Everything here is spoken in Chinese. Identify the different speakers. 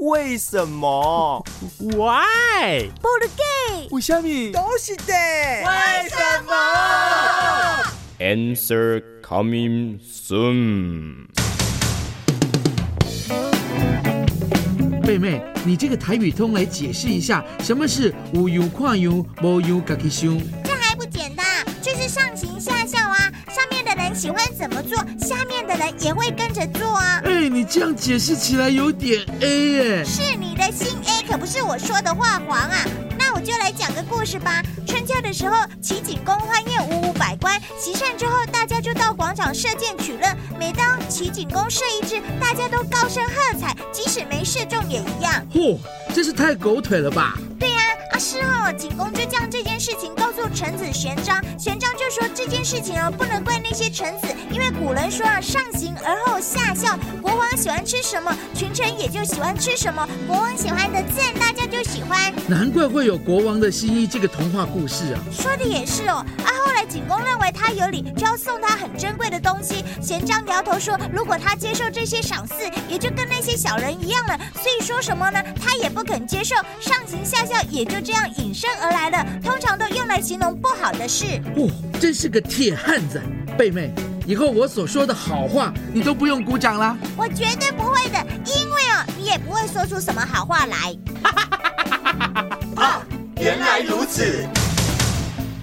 Speaker 1: 为什么？
Speaker 2: Why？
Speaker 3: 不如给
Speaker 2: 为什
Speaker 1: 嗯
Speaker 2: 么？
Speaker 4: 都是的。
Speaker 1: 为什么？
Speaker 5: Answer coming soon。
Speaker 6: 妹妹，你这个台语通来解释一下，什么是无样看样，无样自己想？
Speaker 3: 这还不简单，就是上行下效啊！上面的人喜欢怎么做，下面的人也会跟着做啊。
Speaker 6: 哎，你这样解释起来有点 A 哎。
Speaker 3: 是你的心 A，可不是我说的话黄啊。那我就来讲个故事吧。春秋的时候，齐景公欢宴五五百官，席散之后，大家就到广场射箭取乐。每当齐景公射一支，大家都高声喝彩，即使没射中也一样。
Speaker 6: 嚯，这是太狗腿了吧？
Speaker 3: 对呀、啊，事后景公就将这件事情告诉臣子玄奘，玄奘就说这件事情哦不能怪那些臣子，因为古人说啊上行而后下效，国王喜欢吃什么，群臣也就喜欢吃什么，国王喜欢的自然大家就喜欢。
Speaker 6: 难怪会有国王的新衣这个童话故事啊！
Speaker 3: 说的也是哦，啊后来景公认为他有理，就要送他很珍贵的东西，玄奘摇头说如果他接受这些赏赐，也就跟那些小人一样了，所以说什么呢？他也不肯接受，上行下效也就这样引申而来了，通常都用来形容不好的事。
Speaker 6: 哇，真是个铁汉子，贝妹。以后我所说的好话，你都不用鼓掌啦。
Speaker 3: 我绝对不会的，因为哦，你也不会说出什么好话来。
Speaker 1: 原来如此。